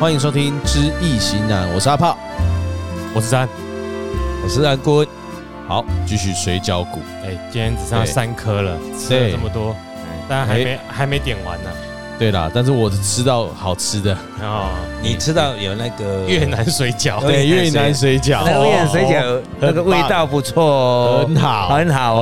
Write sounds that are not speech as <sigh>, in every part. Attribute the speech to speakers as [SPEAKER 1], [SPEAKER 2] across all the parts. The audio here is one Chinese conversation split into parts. [SPEAKER 1] 欢迎收听《知易行难》，我是阿炮，
[SPEAKER 2] 我是三，
[SPEAKER 1] 我是安坤。好，继续水饺股，
[SPEAKER 2] 哎，今天只剩下
[SPEAKER 1] 对
[SPEAKER 2] 三颗了，吃了
[SPEAKER 1] 对
[SPEAKER 2] 这么多，但还
[SPEAKER 3] 哎
[SPEAKER 2] 没还没点完呢。
[SPEAKER 1] 对啦，但是我吃到好吃的
[SPEAKER 2] 哦，
[SPEAKER 3] 你知道有那个
[SPEAKER 2] 越南水饺， <laughs>
[SPEAKER 3] 对
[SPEAKER 1] 越
[SPEAKER 3] 越
[SPEAKER 1] 南
[SPEAKER 3] 南
[SPEAKER 1] 水饺，
[SPEAKER 3] 那个越南水
[SPEAKER 1] 哦
[SPEAKER 3] 饺那个味道不错哦，
[SPEAKER 1] 很好
[SPEAKER 3] 很好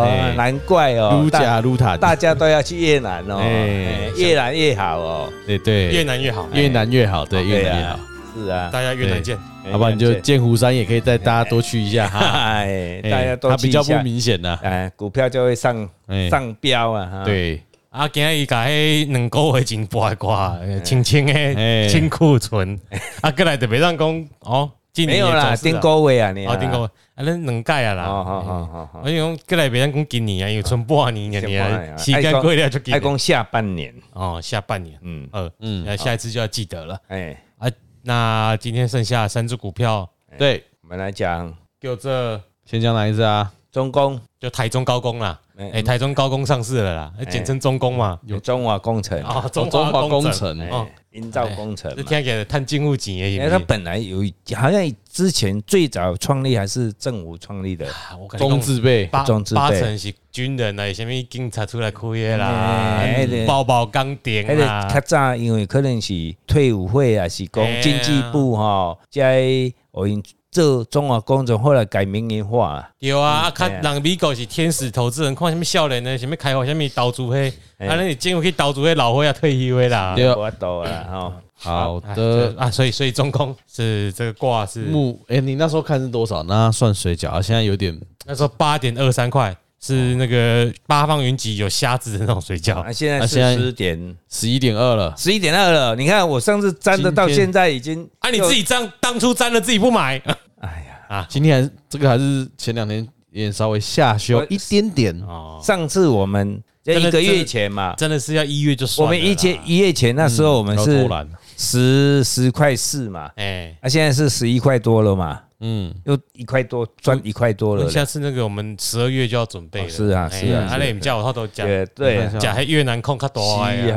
[SPEAKER 1] 哎
[SPEAKER 3] 哦，难怪哦，
[SPEAKER 1] 撸
[SPEAKER 3] 大
[SPEAKER 1] 家撸塔，
[SPEAKER 3] 大家都要去越南哦，
[SPEAKER 1] 哎
[SPEAKER 3] 哎越南越好哦，
[SPEAKER 1] 对对，
[SPEAKER 2] 越南越好，
[SPEAKER 1] 越南越好，对越
[SPEAKER 3] 对
[SPEAKER 1] 南越
[SPEAKER 3] 啊
[SPEAKER 1] 好，，
[SPEAKER 3] 是啊，
[SPEAKER 2] 大家越南见。
[SPEAKER 1] 好吧，你就剑湖山也可以带大家多去一下哈，
[SPEAKER 3] <laughs> 哎，
[SPEAKER 1] 哎
[SPEAKER 3] 大家都
[SPEAKER 1] 它
[SPEAKER 3] 去
[SPEAKER 1] 比
[SPEAKER 3] 一
[SPEAKER 1] 较不
[SPEAKER 3] 下，
[SPEAKER 1] 明显呐，
[SPEAKER 3] 哎，股票就会上
[SPEAKER 1] 哎
[SPEAKER 3] 上标啊，哈，
[SPEAKER 1] 对，
[SPEAKER 2] 啊，今日伊甲迄两个月前刮一刮，呃清清
[SPEAKER 1] 哎
[SPEAKER 2] 诶，清库存，啊，过来就别当讲哦，今
[SPEAKER 3] 没
[SPEAKER 2] 年
[SPEAKER 3] 有
[SPEAKER 2] 的
[SPEAKER 3] 啦，
[SPEAKER 2] 走势
[SPEAKER 3] 丁
[SPEAKER 2] 啊
[SPEAKER 3] 高位啊，你
[SPEAKER 2] 哦，顶个，啊，咱两届啊
[SPEAKER 3] 哦，
[SPEAKER 2] 啦，
[SPEAKER 3] 好好好好
[SPEAKER 2] 我，想讲过来别当讲今年啊，因为剩半年
[SPEAKER 3] 剩半年
[SPEAKER 2] 啊，
[SPEAKER 3] 啊
[SPEAKER 2] 时间过了就今
[SPEAKER 3] 爱
[SPEAKER 2] 年
[SPEAKER 3] 讲下半年，
[SPEAKER 2] 哦，下半年，
[SPEAKER 3] 嗯，
[SPEAKER 2] 呃，
[SPEAKER 1] 嗯
[SPEAKER 2] 嗯，下一次就要记得了。
[SPEAKER 3] 哎，
[SPEAKER 2] 啊，那今天剩下三只股票，
[SPEAKER 1] 对，
[SPEAKER 3] 我们来讲
[SPEAKER 2] 就这
[SPEAKER 1] 先讲哪一只啊？
[SPEAKER 3] 中工，
[SPEAKER 2] 就台中高工啦，
[SPEAKER 3] 哎
[SPEAKER 2] 哎，台中高工上市了啦，哎简称中工嘛，
[SPEAKER 3] 有中华工程，
[SPEAKER 2] 哦，中
[SPEAKER 1] 中
[SPEAKER 2] 华
[SPEAKER 1] 华
[SPEAKER 2] 工
[SPEAKER 1] 工
[SPEAKER 2] 程，
[SPEAKER 1] 程，
[SPEAKER 2] 哦
[SPEAKER 3] 哎，营造工程
[SPEAKER 2] 这
[SPEAKER 3] 嘛。
[SPEAKER 2] 听起来探进户钱的
[SPEAKER 3] 因
[SPEAKER 2] 也
[SPEAKER 3] 为哎他
[SPEAKER 2] 是。
[SPEAKER 3] 本来有一，好像之前最早创立还是政府创立的，
[SPEAKER 2] <laughs> 啊我跟你
[SPEAKER 1] 中
[SPEAKER 2] 讲
[SPEAKER 1] 哎字辈，
[SPEAKER 2] 八
[SPEAKER 3] 中字辈
[SPEAKER 2] 八成是军人啦，啥物警察出来开的啦
[SPEAKER 3] 哎那个，
[SPEAKER 2] 包包钢钉啊
[SPEAKER 3] 迄个
[SPEAKER 2] 啦
[SPEAKER 3] 较，早因为可能是退伍会啊，是
[SPEAKER 2] 哎呀
[SPEAKER 3] 讲经济部吼，在我因做中华工程，后来改民营化，
[SPEAKER 2] 有啊，啊，看
[SPEAKER 3] 哎呀
[SPEAKER 2] 人美国是天使投资人，看啥物少年的，啥物开发，啥物投资嘿，
[SPEAKER 3] 哎
[SPEAKER 2] 啊，那你进入去投资嘿老伙仔退休的啦。
[SPEAKER 1] 对哦
[SPEAKER 3] 我懂啦吼，
[SPEAKER 1] 好
[SPEAKER 2] 哎
[SPEAKER 1] 的
[SPEAKER 2] 这，啊，所以所以中空是这个卦是
[SPEAKER 1] 木，哎，你那时候看是多少？那算水饺，啊现在有点
[SPEAKER 2] 那时候八点二三块，是那个八方云集有虾子的那种水饺
[SPEAKER 3] 啊，，现
[SPEAKER 1] 啊
[SPEAKER 3] 在
[SPEAKER 1] 现在
[SPEAKER 3] 是十点
[SPEAKER 1] 十一点二了。
[SPEAKER 3] 十一点二了，你看我上次粘的到
[SPEAKER 1] 今天
[SPEAKER 3] 现在已经
[SPEAKER 2] 啊，你自，己当当初沾了自己不买，
[SPEAKER 3] 哎呀，
[SPEAKER 1] 今天还是这个还是前两天也稍微下修
[SPEAKER 3] 我
[SPEAKER 1] 一点点，
[SPEAKER 2] 哦，
[SPEAKER 3] 上次我们在
[SPEAKER 2] 真的
[SPEAKER 3] 一个
[SPEAKER 2] 真
[SPEAKER 3] 月
[SPEAKER 2] 的
[SPEAKER 3] 前嘛，
[SPEAKER 2] 真的是要一月就算
[SPEAKER 3] 我
[SPEAKER 2] 了啦
[SPEAKER 3] 们一前一月前那时候我们
[SPEAKER 1] 然后
[SPEAKER 2] 嗯
[SPEAKER 3] 是
[SPEAKER 1] 偷懒，
[SPEAKER 3] 十十块四嘛，
[SPEAKER 2] 哎，
[SPEAKER 3] 啊，现在是十一块多了嘛，
[SPEAKER 1] 嗯，
[SPEAKER 3] 又一块多赚一块多了啦。
[SPEAKER 2] 下次那个我们十二月就要准备了，
[SPEAKER 3] 哦是啊
[SPEAKER 2] 哎
[SPEAKER 3] 是啊是啊
[SPEAKER 2] 阿磊，你叫我他都讲，
[SPEAKER 3] 对对啊，
[SPEAKER 2] 讲还越南控他多啊哎
[SPEAKER 3] 是啊
[SPEAKER 2] 呀，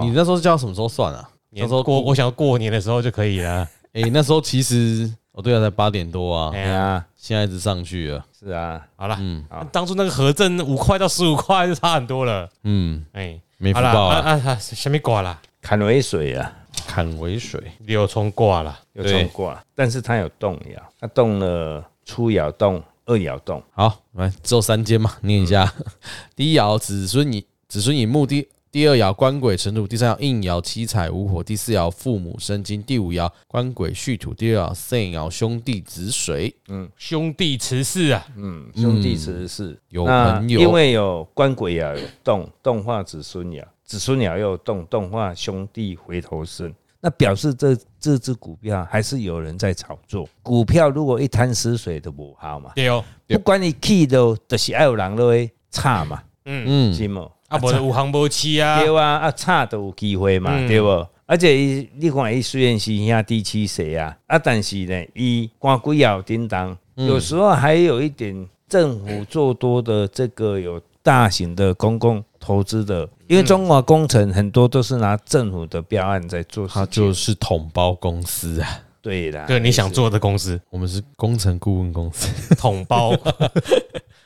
[SPEAKER 1] <laughs> 你那时候叫什么时候算啊？
[SPEAKER 2] 那时候过我想要过年的时候就可以了，
[SPEAKER 1] 哎，那时候其实哦对啊，才八点多啊
[SPEAKER 2] 哎，
[SPEAKER 3] 哎
[SPEAKER 2] 呀，
[SPEAKER 3] 呀，
[SPEAKER 1] 现在一直上去了，
[SPEAKER 3] 是啊，
[SPEAKER 2] 好了，
[SPEAKER 1] 嗯
[SPEAKER 2] 啊当初那个合正五块到十五块就差很多了，
[SPEAKER 1] 嗯，
[SPEAKER 2] 哎，
[SPEAKER 1] 没福
[SPEAKER 2] 好了
[SPEAKER 1] 报
[SPEAKER 2] 啊
[SPEAKER 1] 啊，
[SPEAKER 2] 啊啊，什么挂啦？
[SPEAKER 3] 坎为水啊，
[SPEAKER 1] 坎为水，
[SPEAKER 2] 柳冲挂啦，
[SPEAKER 3] 有
[SPEAKER 1] 对
[SPEAKER 3] 冲过啊，但是它有动摇，它动了初爻动、二爻动，
[SPEAKER 1] 好，来只有三间嘛，念一下， <laughs> 第一爻子孙以子孙以木，第第二爻官鬼成土，第三爻应爻七彩无火，第四爻父母生金，第五爻官鬼戌土，第六爻肾爻兄弟子水，
[SPEAKER 2] 兄弟慈氏啊，
[SPEAKER 3] 嗯，兄弟十四
[SPEAKER 1] 有
[SPEAKER 3] 那
[SPEAKER 1] 朋友
[SPEAKER 3] 因为有官鬼爻有动，动化子孙爻，子孙爻又有动，动化兄弟回头生。那表示这这只股票还是有人在炒作，股票如果一滩死水都不好嘛，
[SPEAKER 2] 对哦，
[SPEAKER 1] 对
[SPEAKER 3] 不管你去都就是要有人都会差嘛，
[SPEAKER 2] 嗯，
[SPEAKER 1] 嗯，
[SPEAKER 3] 是吗？
[SPEAKER 2] 啊，无就有航无期啊，
[SPEAKER 3] 对啊，啊差都有机会嘛，
[SPEAKER 2] 嗯
[SPEAKER 3] 对不？而且伊，你看伊虽然是兄弟七谁啊，啊，但是呢，伊官鬼也有叮当，有时候还有一点政府做多的这个有大型的公共投资的，因为中华工程很多都是拿政府的标案在做事
[SPEAKER 1] 它
[SPEAKER 3] 情，
[SPEAKER 1] 就是统包公司啊，
[SPEAKER 3] 对啦，
[SPEAKER 2] 对，你想做的公司
[SPEAKER 1] 我们是工程顾问公司，
[SPEAKER 2] 统
[SPEAKER 3] <laughs>
[SPEAKER 2] 包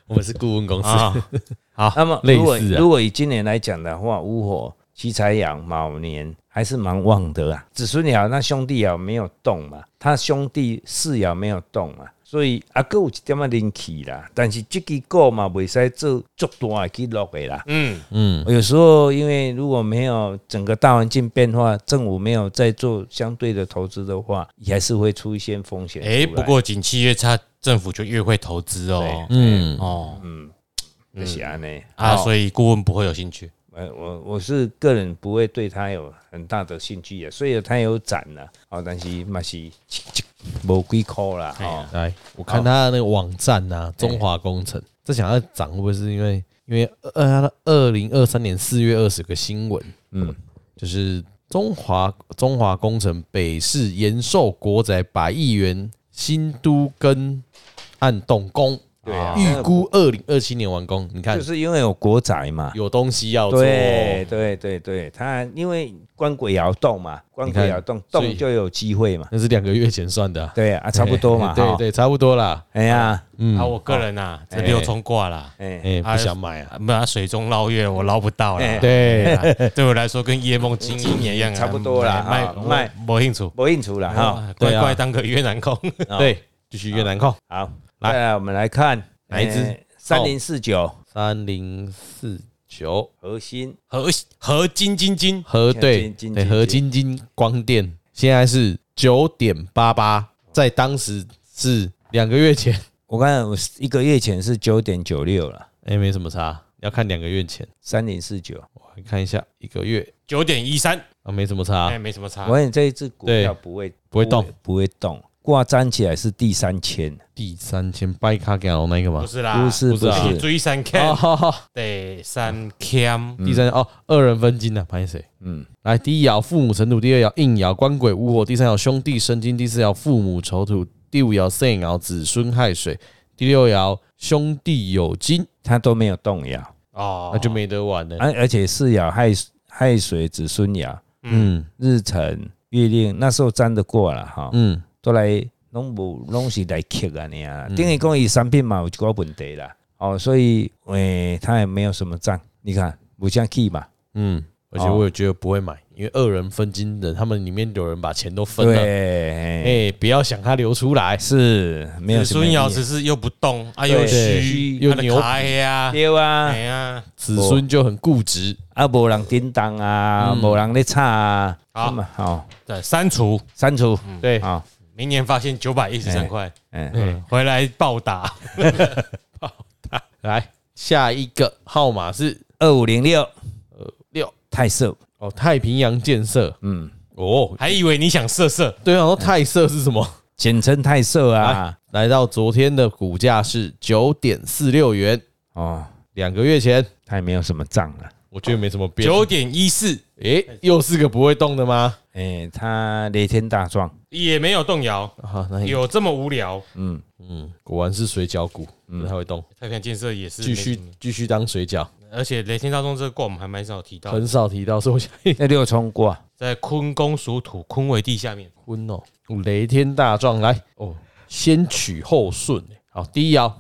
[SPEAKER 1] 我们是顾问公司。
[SPEAKER 2] 啊，好，
[SPEAKER 3] <laughs> 那么
[SPEAKER 1] 类
[SPEAKER 3] 如果
[SPEAKER 1] 似啊
[SPEAKER 3] 如果以今年来讲的话，乌火、七财羊、卯年还是蛮旺的啊。子孙爻那兄弟爻没有动嘛，他兄弟四爻没有动嘛，所以啊，佫有一点仔灵气啦。但是这支股嘛，袂使做足大的记录的啦。
[SPEAKER 2] 嗯，
[SPEAKER 1] 嗯，
[SPEAKER 3] 有时候因为如果没有整个大环境变化，政府没有在做相对的投资的话，也还是会出现风险出来。
[SPEAKER 2] 哎，不过景气越差，政府就越会投资哦，
[SPEAKER 1] 嗯
[SPEAKER 2] 哦，
[SPEAKER 3] 就是安尼
[SPEAKER 2] 啊，
[SPEAKER 3] 哦
[SPEAKER 2] 所以顾问不会有兴趣。
[SPEAKER 3] 呃，我我是个人不会对他有很大的兴趣啊，虽然他有涨了、啊，哦，但是嘛是无几箍啦，
[SPEAKER 2] 哎
[SPEAKER 3] 哦
[SPEAKER 2] 呀，
[SPEAKER 1] 来，我看他那个网站呐、中华工程，这想要涨会不会是因为因为呃，他的二零二三年四月二十个新闻，
[SPEAKER 3] 嗯，
[SPEAKER 1] 就是中华中华工程北市延寿国宅百亿元新都跟按动工，
[SPEAKER 3] 对啊，
[SPEAKER 1] 预估二零二七年完工，你看
[SPEAKER 3] 就是因为有国宅嘛。
[SPEAKER 1] 有东西要做，
[SPEAKER 3] 对对对对，它因为官鬼窑动嘛，官
[SPEAKER 1] 你看
[SPEAKER 3] 鬼窑动
[SPEAKER 1] 所以
[SPEAKER 3] 动就有机会嘛。
[SPEAKER 1] 那是两个月前算的啊，
[SPEAKER 3] 对啊，差不多嘛。
[SPEAKER 1] 对
[SPEAKER 3] 哈
[SPEAKER 1] <laughs> 对，对差不多啦。
[SPEAKER 3] 哎呀，
[SPEAKER 1] 嗯
[SPEAKER 2] 啊，，我个人呐，这
[SPEAKER 3] 哎
[SPEAKER 2] 六冲挂啦，
[SPEAKER 3] 哎，
[SPEAKER 1] 哎，
[SPEAKER 2] 啊
[SPEAKER 1] 不想买啊。
[SPEAKER 2] <laughs> 啊没有啊水中捞月，我捞不到啦
[SPEAKER 3] 哎。
[SPEAKER 1] 对，
[SPEAKER 2] 对啊对我来说跟夜梦经营一样啊，
[SPEAKER 3] <laughs> 差不多啦
[SPEAKER 2] 卖
[SPEAKER 3] 啊
[SPEAKER 2] 卖没兴趣。
[SPEAKER 3] 不应出了哈。
[SPEAKER 2] 啊，
[SPEAKER 1] 对啊
[SPEAKER 2] 乖乖当个越南控，
[SPEAKER 1] 对，继续越南控
[SPEAKER 3] 好，
[SPEAKER 1] 来
[SPEAKER 3] 来，我们来看
[SPEAKER 1] 哪
[SPEAKER 3] 哎
[SPEAKER 1] 一支
[SPEAKER 3] 三零四九
[SPEAKER 1] 三零四九
[SPEAKER 3] <laughs> 核
[SPEAKER 1] 哦
[SPEAKER 3] 心
[SPEAKER 2] 合合金金金，
[SPEAKER 1] 合对
[SPEAKER 3] 金金
[SPEAKER 1] 对
[SPEAKER 3] 金
[SPEAKER 1] 合金金光电，现在是九点八八，在当时是两个月前， <laughs>
[SPEAKER 3] 我看我一个月前是九点九六了，
[SPEAKER 1] 哎，没什么差，要看两个月前，
[SPEAKER 3] 三零四九。
[SPEAKER 1] 我来看一下一个月
[SPEAKER 2] 九点一三，
[SPEAKER 1] 啊，没什么差
[SPEAKER 2] 哎，，没什么差
[SPEAKER 3] 我。看这一只
[SPEAKER 1] 啊
[SPEAKER 3] 股
[SPEAKER 1] 对
[SPEAKER 3] 票不会
[SPEAKER 1] 不会动，
[SPEAKER 3] 不会动，挂粘起来是第三千，
[SPEAKER 1] 第三千掰卡给我那个 <laughs>
[SPEAKER 2] 不
[SPEAKER 1] 嘛，
[SPEAKER 2] 是啦，
[SPEAKER 3] 不是
[SPEAKER 1] 不是
[SPEAKER 3] 不
[SPEAKER 1] 啊
[SPEAKER 2] 你
[SPEAKER 3] 是，
[SPEAKER 2] 追三 K，
[SPEAKER 1] 哦，
[SPEAKER 2] 对三 K，
[SPEAKER 1] 第三哦，二人分金啊，拍谁？
[SPEAKER 3] 嗯，
[SPEAKER 1] 来，第一爻父母成土，第二爻应爻官鬼无火，第三爻兄弟生金，第四爻父母丑土，第五爻肾爻子孙亥水，第六爻兄弟有金，
[SPEAKER 3] 它都没有动摇，
[SPEAKER 2] 哦，
[SPEAKER 1] 那就没得玩了。
[SPEAKER 3] 而而且是爻亥亥水子孙爻，
[SPEAKER 1] 嗯
[SPEAKER 3] 日辰月令那时候粘得过了哈，
[SPEAKER 1] 嗯，
[SPEAKER 3] 都来拢无拢是来克啊你啊，等于讲伊产品嘛有一个问题啦，哦，所以诶，它也没有什么涨，你看不像 key 嘛，
[SPEAKER 1] 嗯，而
[SPEAKER 3] 哦
[SPEAKER 1] 且我也觉得不会买，因为二人分金人，他们里面有人把钱都分了，
[SPEAKER 3] 对，嘿
[SPEAKER 1] 哎，不要想它流出来。
[SPEAKER 3] 是没有
[SPEAKER 2] 子
[SPEAKER 3] 什么
[SPEAKER 2] 孙
[SPEAKER 3] 意义
[SPEAKER 2] 爻只是又不动，啊又
[SPEAKER 3] 对
[SPEAKER 2] 虚，
[SPEAKER 1] 又
[SPEAKER 2] 它的
[SPEAKER 1] 牛
[SPEAKER 2] 卡呀，
[SPEAKER 3] 对啊
[SPEAKER 2] 哎。呀，
[SPEAKER 1] 子孙就很固执，
[SPEAKER 3] 啊，无人叮当
[SPEAKER 1] 嗯
[SPEAKER 3] 啊，无、人咧吵啊，
[SPEAKER 2] 好
[SPEAKER 3] 嘛好、
[SPEAKER 2] 对，删除，
[SPEAKER 3] 删除
[SPEAKER 1] 对，
[SPEAKER 3] 啊，
[SPEAKER 2] 明年发现九百一十三块，
[SPEAKER 3] 嗯、
[SPEAKER 2] 对，回来暴打，
[SPEAKER 1] 来下一个号码是
[SPEAKER 3] 二五零六
[SPEAKER 1] 六
[SPEAKER 3] 太色，
[SPEAKER 1] 哦，太平洋建设
[SPEAKER 3] 嗯，
[SPEAKER 1] 哦，
[SPEAKER 2] 还以为你想色色，
[SPEAKER 1] 对啊，然后太色是什么？
[SPEAKER 3] 简称太色啊，
[SPEAKER 1] 来到昨天的股价是九点四六元，
[SPEAKER 3] 哦，
[SPEAKER 1] 两个月前
[SPEAKER 3] 它也没有什么账啊了，
[SPEAKER 1] 我觉得没什么变。
[SPEAKER 2] 九点一四
[SPEAKER 1] 诶，又是个不会动的吗？
[SPEAKER 3] 诶、它哎雷天大壮，
[SPEAKER 2] 也没有动摇，
[SPEAKER 1] 啊，那
[SPEAKER 2] 有这么无聊？
[SPEAKER 3] 嗯，
[SPEAKER 1] 嗯，果然是水饺股，不太会动，
[SPEAKER 2] 太平洋建设也是
[SPEAKER 1] 继
[SPEAKER 2] 没什
[SPEAKER 1] 续
[SPEAKER 2] 么，
[SPEAKER 1] 继续当水饺，
[SPEAKER 2] 而且雷天大众这个卦我们还蛮少提到，
[SPEAKER 1] 很少提到，所以我想嘿
[SPEAKER 3] 那六冲过，
[SPEAKER 2] 在坤宫属土，坤为地下面，
[SPEAKER 1] 昏哦，雷天大壮来哦，先取后顺。好，第一爻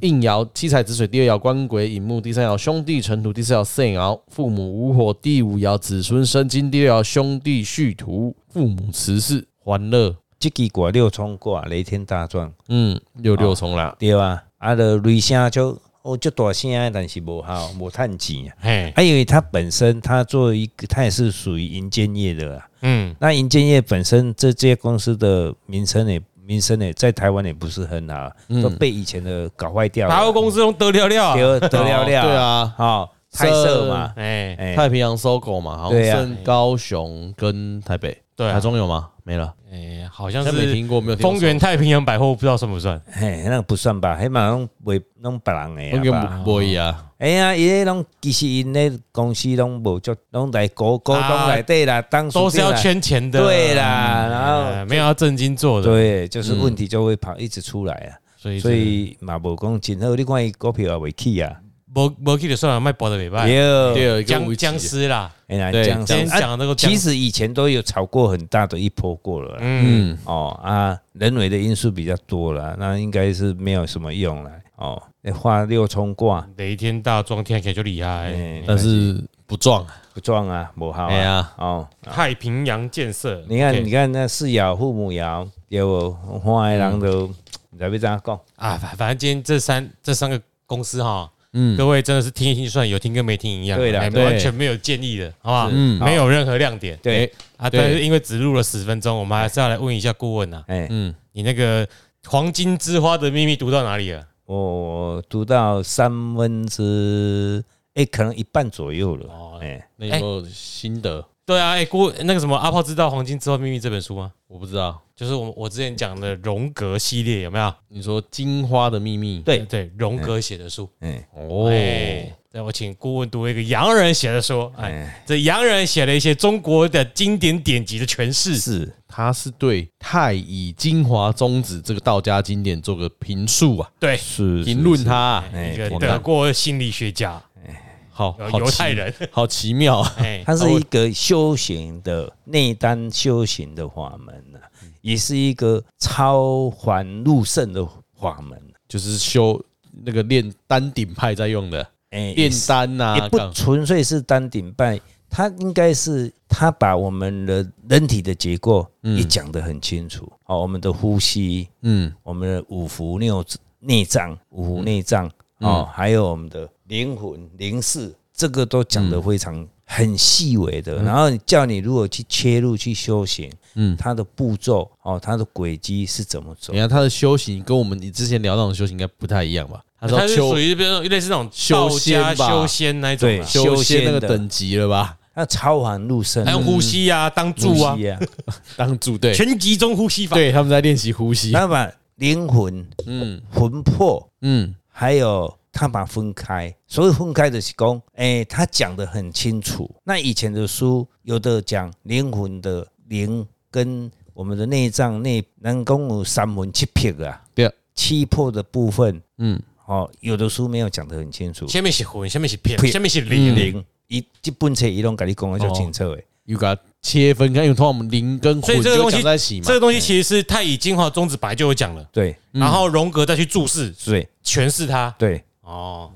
[SPEAKER 1] 应爻七彩止水，第二爻官鬼引木，第三爻兄弟成土，第四爻肾爻父母无火，第五爻子孙生金，第六爻兄弟续土，父母慈氏欢乐。
[SPEAKER 3] 这支果六冲过，雷天大壮，
[SPEAKER 1] 嗯，六六重啦，
[SPEAKER 3] 对啊，啊，就雷声就哦，就大声的，但是无好，无趁钱啊。
[SPEAKER 2] 嘿，
[SPEAKER 3] 啊，因为它本身它做一个，它也是属于银建业的啦。
[SPEAKER 2] 嗯，
[SPEAKER 3] 那银建业本身这这些公司的名声也名声也在台湾也不是很好，都被以前的搞坏掉了。
[SPEAKER 2] 百货公司都得了了啊，
[SPEAKER 3] 得得了了，
[SPEAKER 1] 对，啊，
[SPEAKER 3] 好拍摄嘛，
[SPEAKER 2] 哎，
[SPEAKER 3] 哎，
[SPEAKER 1] 太平洋搜狗嘛，好像
[SPEAKER 3] 对啊
[SPEAKER 1] 剩高雄跟台北，
[SPEAKER 2] 对啊
[SPEAKER 1] 台中有吗？没了，
[SPEAKER 2] 哎，好像
[SPEAKER 1] 好像没
[SPEAKER 2] 是
[SPEAKER 1] 听过，没有听过
[SPEAKER 2] 丰原太平洋百货，不知道算不算？
[SPEAKER 3] 嘿，那个不算吧，迄嘛拢袂拢别人
[SPEAKER 1] 丰
[SPEAKER 3] 诶吧？
[SPEAKER 1] 原不会啊，
[SPEAKER 3] 哎呀，伊迄拢其实因咧公司拢无足，拢来股股东内底啦，当
[SPEAKER 2] 啊都是要
[SPEAKER 3] 圈
[SPEAKER 2] 圈钱的，
[SPEAKER 3] 对啦，然后
[SPEAKER 2] 呃，没有要正经做的，嗯
[SPEAKER 3] 对，就是问题就会跑一直出来啊，
[SPEAKER 2] 所以
[SPEAKER 3] 所
[SPEAKER 2] 所以
[SPEAKER 3] 以嘛无讲真好，你看伊股票也袂起啊，
[SPEAKER 2] 没没去就算了，卖薄的尾巴，
[SPEAKER 1] 第
[SPEAKER 3] 对，
[SPEAKER 1] 二个
[SPEAKER 2] 僵
[SPEAKER 1] 危机
[SPEAKER 2] 僵尸啦，
[SPEAKER 3] 哎呀，
[SPEAKER 1] 对
[SPEAKER 3] 这样
[SPEAKER 2] 今天
[SPEAKER 3] 啊
[SPEAKER 2] 哎讲那个僵
[SPEAKER 3] 其实以前都有炒过很大的一波过了啦。
[SPEAKER 2] 嗯，
[SPEAKER 3] 哦啊，人为的因素比较多了，那应该是没有什么用了哦。那画六冲卦，
[SPEAKER 2] 雷天大壮天起就厉害，
[SPEAKER 3] 哎、
[SPEAKER 1] 但是不撞，
[SPEAKER 3] 不撞啊，不好
[SPEAKER 1] 哎
[SPEAKER 3] 啊。
[SPEAKER 1] 呀，
[SPEAKER 3] 哦，
[SPEAKER 2] 太平洋建设，
[SPEAKER 3] 你看，
[SPEAKER 2] OK
[SPEAKER 3] 你看那四爻、父母爻，对不？花的人都你知道要怎样讲？
[SPEAKER 2] 啊，反反正今天这三这三个公司哈，嗯，各位真的是听一听就算，有听跟没听一样，
[SPEAKER 3] 对啦
[SPEAKER 2] 哎
[SPEAKER 3] 对
[SPEAKER 2] 完全没有建议的，好不好？
[SPEAKER 1] 嗯
[SPEAKER 2] 没有任何亮点
[SPEAKER 1] 哎
[SPEAKER 3] 对，，
[SPEAKER 2] 啊。
[SPEAKER 1] 对
[SPEAKER 2] 但是因为只录了十分钟，我们还是要来问一下顾问啊，
[SPEAKER 3] 哎、
[SPEAKER 1] 嗯，
[SPEAKER 2] 你那个黄金之花的秘密读到哪里了？
[SPEAKER 3] 我读到三分之，哎、可能一半左右了。
[SPEAKER 2] 哦
[SPEAKER 3] 哦，哎、
[SPEAKER 1] 那有没有心得？
[SPEAKER 2] 对啊，哎，顾那个什么阿炮知道《黄金之花秘密》这本书吗？
[SPEAKER 1] 我不知道，
[SPEAKER 2] 就是我我之前讲的荣格系列有没有？
[SPEAKER 1] 你说金花的秘密，
[SPEAKER 3] 对
[SPEAKER 2] 对，荣格写的书
[SPEAKER 3] 哎、
[SPEAKER 1] 哎哦，
[SPEAKER 2] 哎对，我请顾问读一个洋人写的说，哎，这洋人写了一些中国的经典典籍的诠释，
[SPEAKER 3] 是
[SPEAKER 1] 他是对《太乙精华宗旨》这个道家经典做个评述啊，
[SPEAKER 2] 对，
[SPEAKER 3] 是
[SPEAKER 1] 评论它啊、
[SPEAKER 3] 哎
[SPEAKER 2] 一个
[SPEAKER 1] 我
[SPEAKER 2] 德
[SPEAKER 1] 看
[SPEAKER 2] 国心理学家，
[SPEAKER 1] 好
[SPEAKER 2] 有
[SPEAKER 1] 好
[SPEAKER 2] 犹
[SPEAKER 1] 奇
[SPEAKER 2] 太人，
[SPEAKER 1] 好奇妙啊！
[SPEAKER 2] 哎，
[SPEAKER 3] 它是一个修行的内丹修行的法门呢、啊，也是一个超凡入圣的法门。
[SPEAKER 1] 就是修那个练丹顶派在用的
[SPEAKER 3] 哎、
[SPEAKER 1] 炼丹呐、
[SPEAKER 3] 也
[SPEAKER 1] 啊，
[SPEAKER 3] 不
[SPEAKER 1] 干
[SPEAKER 3] 纯粹是丹顶拜，它应该是它把我们的人体的结构也讲得很清楚。哦，我们的呼吸，
[SPEAKER 1] 嗯
[SPEAKER 3] 我们的五福六内脏，五福内脏哦，还有我们的灵魂、灵视，这个都讲得非常很细微的。然后叫你如何去切入去修行，
[SPEAKER 1] 嗯，
[SPEAKER 3] 它的步骤哦，它的轨迹是怎么走
[SPEAKER 1] 你？看他的修行跟我们你之前聊那种修行应该不太一样吧？他
[SPEAKER 2] 他
[SPEAKER 1] 说
[SPEAKER 2] 是
[SPEAKER 1] 修
[SPEAKER 2] 属于比如说类似那种
[SPEAKER 1] 修
[SPEAKER 2] 道
[SPEAKER 1] 仙
[SPEAKER 2] 家
[SPEAKER 1] 吧
[SPEAKER 2] 修仙那一种啊，
[SPEAKER 1] 修仙那
[SPEAKER 3] 修仙
[SPEAKER 1] 个
[SPEAKER 3] 的
[SPEAKER 1] 等级了吧？
[SPEAKER 3] 它超凡入圣，
[SPEAKER 2] 还有呼吸啊、当柱啊
[SPEAKER 3] 呼、吸啊，
[SPEAKER 1] 当主对
[SPEAKER 2] 全集中呼吸法，
[SPEAKER 1] 对，他们在练习呼吸。
[SPEAKER 3] 那把灵魂、
[SPEAKER 1] 嗯
[SPEAKER 3] 魂魄
[SPEAKER 1] 嗯
[SPEAKER 3] 还有他把分开，所谓分开的是讲，哎、他讲得很清楚。那以前的书有的讲灵魂的灵跟我们的内脏内，能共有三魂七魄啊，
[SPEAKER 1] 对，
[SPEAKER 3] 七魄的部分，
[SPEAKER 1] 嗯
[SPEAKER 3] 哦，有的书没有讲得很清楚。
[SPEAKER 2] 下面是魂，下面是片
[SPEAKER 3] 片，
[SPEAKER 2] 下面是
[SPEAKER 1] 嗯
[SPEAKER 2] 灵，
[SPEAKER 3] 灵，一这本册一拢跟你讲的就清楚诶，
[SPEAKER 1] 有给它切分开，因为通常我们灵跟
[SPEAKER 2] 所以
[SPEAKER 1] 魂
[SPEAKER 2] 这个
[SPEAKER 1] 就
[SPEAKER 2] 东西
[SPEAKER 1] 讲在一起嘛
[SPEAKER 2] 这。个东西其实是太乙精华宗旨本来就有讲了，
[SPEAKER 3] 对
[SPEAKER 2] 然后荣格再去注释
[SPEAKER 3] 对
[SPEAKER 2] 诠释它。
[SPEAKER 3] 对，
[SPEAKER 2] 哦，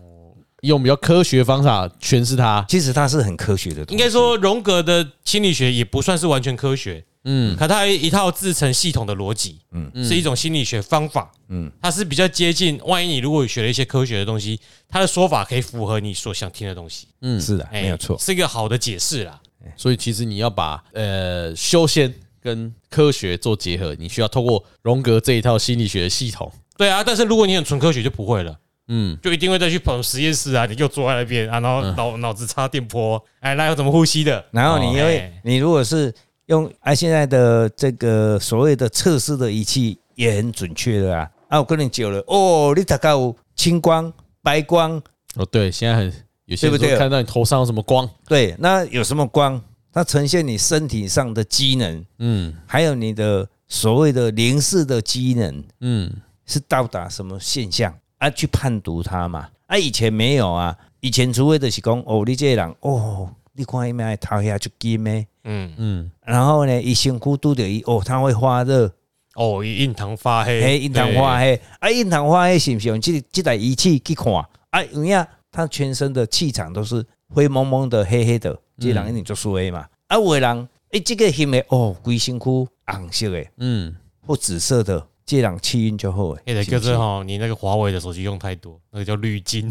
[SPEAKER 1] 用比较科学方法诠释它。
[SPEAKER 3] 其实它是很科学的东西，
[SPEAKER 2] 应该说荣格的心理学也不算是完全科学，
[SPEAKER 1] 嗯
[SPEAKER 2] 可它有一套自成系统的逻辑，嗯，是一种心理学方法，嗯，它是比较接近。万一你如果学了一些科学的东西，它的说法可以符合你所想听的东西，
[SPEAKER 1] 嗯，
[SPEAKER 3] 是的，
[SPEAKER 2] 哎
[SPEAKER 3] 啊没有错。
[SPEAKER 2] 是一个好的解释啦。
[SPEAKER 1] 所以其实你要把呃修仙跟科学做结合，你需要透过荣格这一套心理学的系统。
[SPEAKER 2] 对啊，但是如果你很纯科学就不会了。
[SPEAKER 1] 嗯，
[SPEAKER 2] 就一定会再去跑实验室啊，你又坐在那边啊，然后脑脑子插电波，哎，那要怎么呼吸的？
[SPEAKER 3] 嗯然后你因为、
[SPEAKER 2] 哦哎
[SPEAKER 3] 你如果是用啊现在的这个所谓的测试的仪器也很准确的啊，啊我跟你久了哦，你大概有青光、白光，
[SPEAKER 1] 哦对，现在很有些
[SPEAKER 3] 对不
[SPEAKER 1] 人
[SPEAKER 3] 对
[SPEAKER 1] 说看到你头上有什么光，
[SPEAKER 3] 对，那有什么光？它呈现你身体上的机能，
[SPEAKER 1] 嗯
[SPEAKER 3] 还有你的所谓的灵视的机能
[SPEAKER 1] 嗯
[SPEAKER 3] 是到达什么现象啊？去判读它嘛？啊，以前没有啊，以前除非就是讲哦，你这个人哦，你看伊咩头遐就金咩，
[SPEAKER 2] 嗯，
[SPEAKER 1] 嗯，
[SPEAKER 3] 然后呢，伊身躯拄着伊哦，他会发热。
[SPEAKER 2] 哦，印堂发黑，
[SPEAKER 3] 嘿，印堂花嘿，啊，印堂花嘿，是不是用这这台仪器去看？啊，有影，他全身的气场都是灰蒙蒙的、黑黑的，这
[SPEAKER 2] 嗯
[SPEAKER 3] 人一定做衰嘛。啊，有的人，诶，这个翕的哦，规身躯红色的
[SPEAKER 1] 嗯
[SPEAKER 3] 或紫色的，这人气运就好诶。
[SPEAKER 2] 嘿。那个就是吼，你那个华为的手机用太多，那个叫滤镜。 <laughs>